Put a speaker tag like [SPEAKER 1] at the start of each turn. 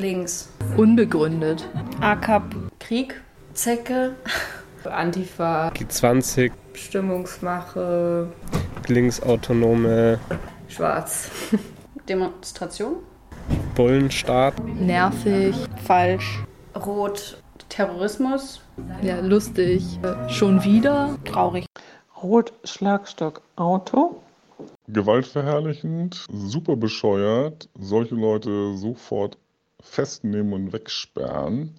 [SPEAKER 1] Links.
[SPEAKER 2] Unbegründet.
[SPEAKER 1] AKAP. Krieg. Zecke.
[SPEAKER 3] Antifa.
[SPEAKER 4] G20,
[SPEAKER 3] Stimmungsmache.
[SPEAKER 4] linksautonome
[SPEAKER 3] Schwarz.
[SPEAKER 1] Demonstration.
[SPEAKER 4] Bullenstaat,
[SPEAKER 2] Nervig.
[SPEAKER 5] Falsch.
[SPEAKER 1] Rot.
[SPEAKER 5] Terrorismus.
[SPEAKER 2] Ja, lustig. Äh, Schon wieder.
[SPEAKER 5] Traurig.
[SPEAKER 6] Rot, Schlagstock, Auto.
[SPEAKER 7] gewaltverherrlichend, super bescheuert, solche Leute sofort festnehmen und wegsperren.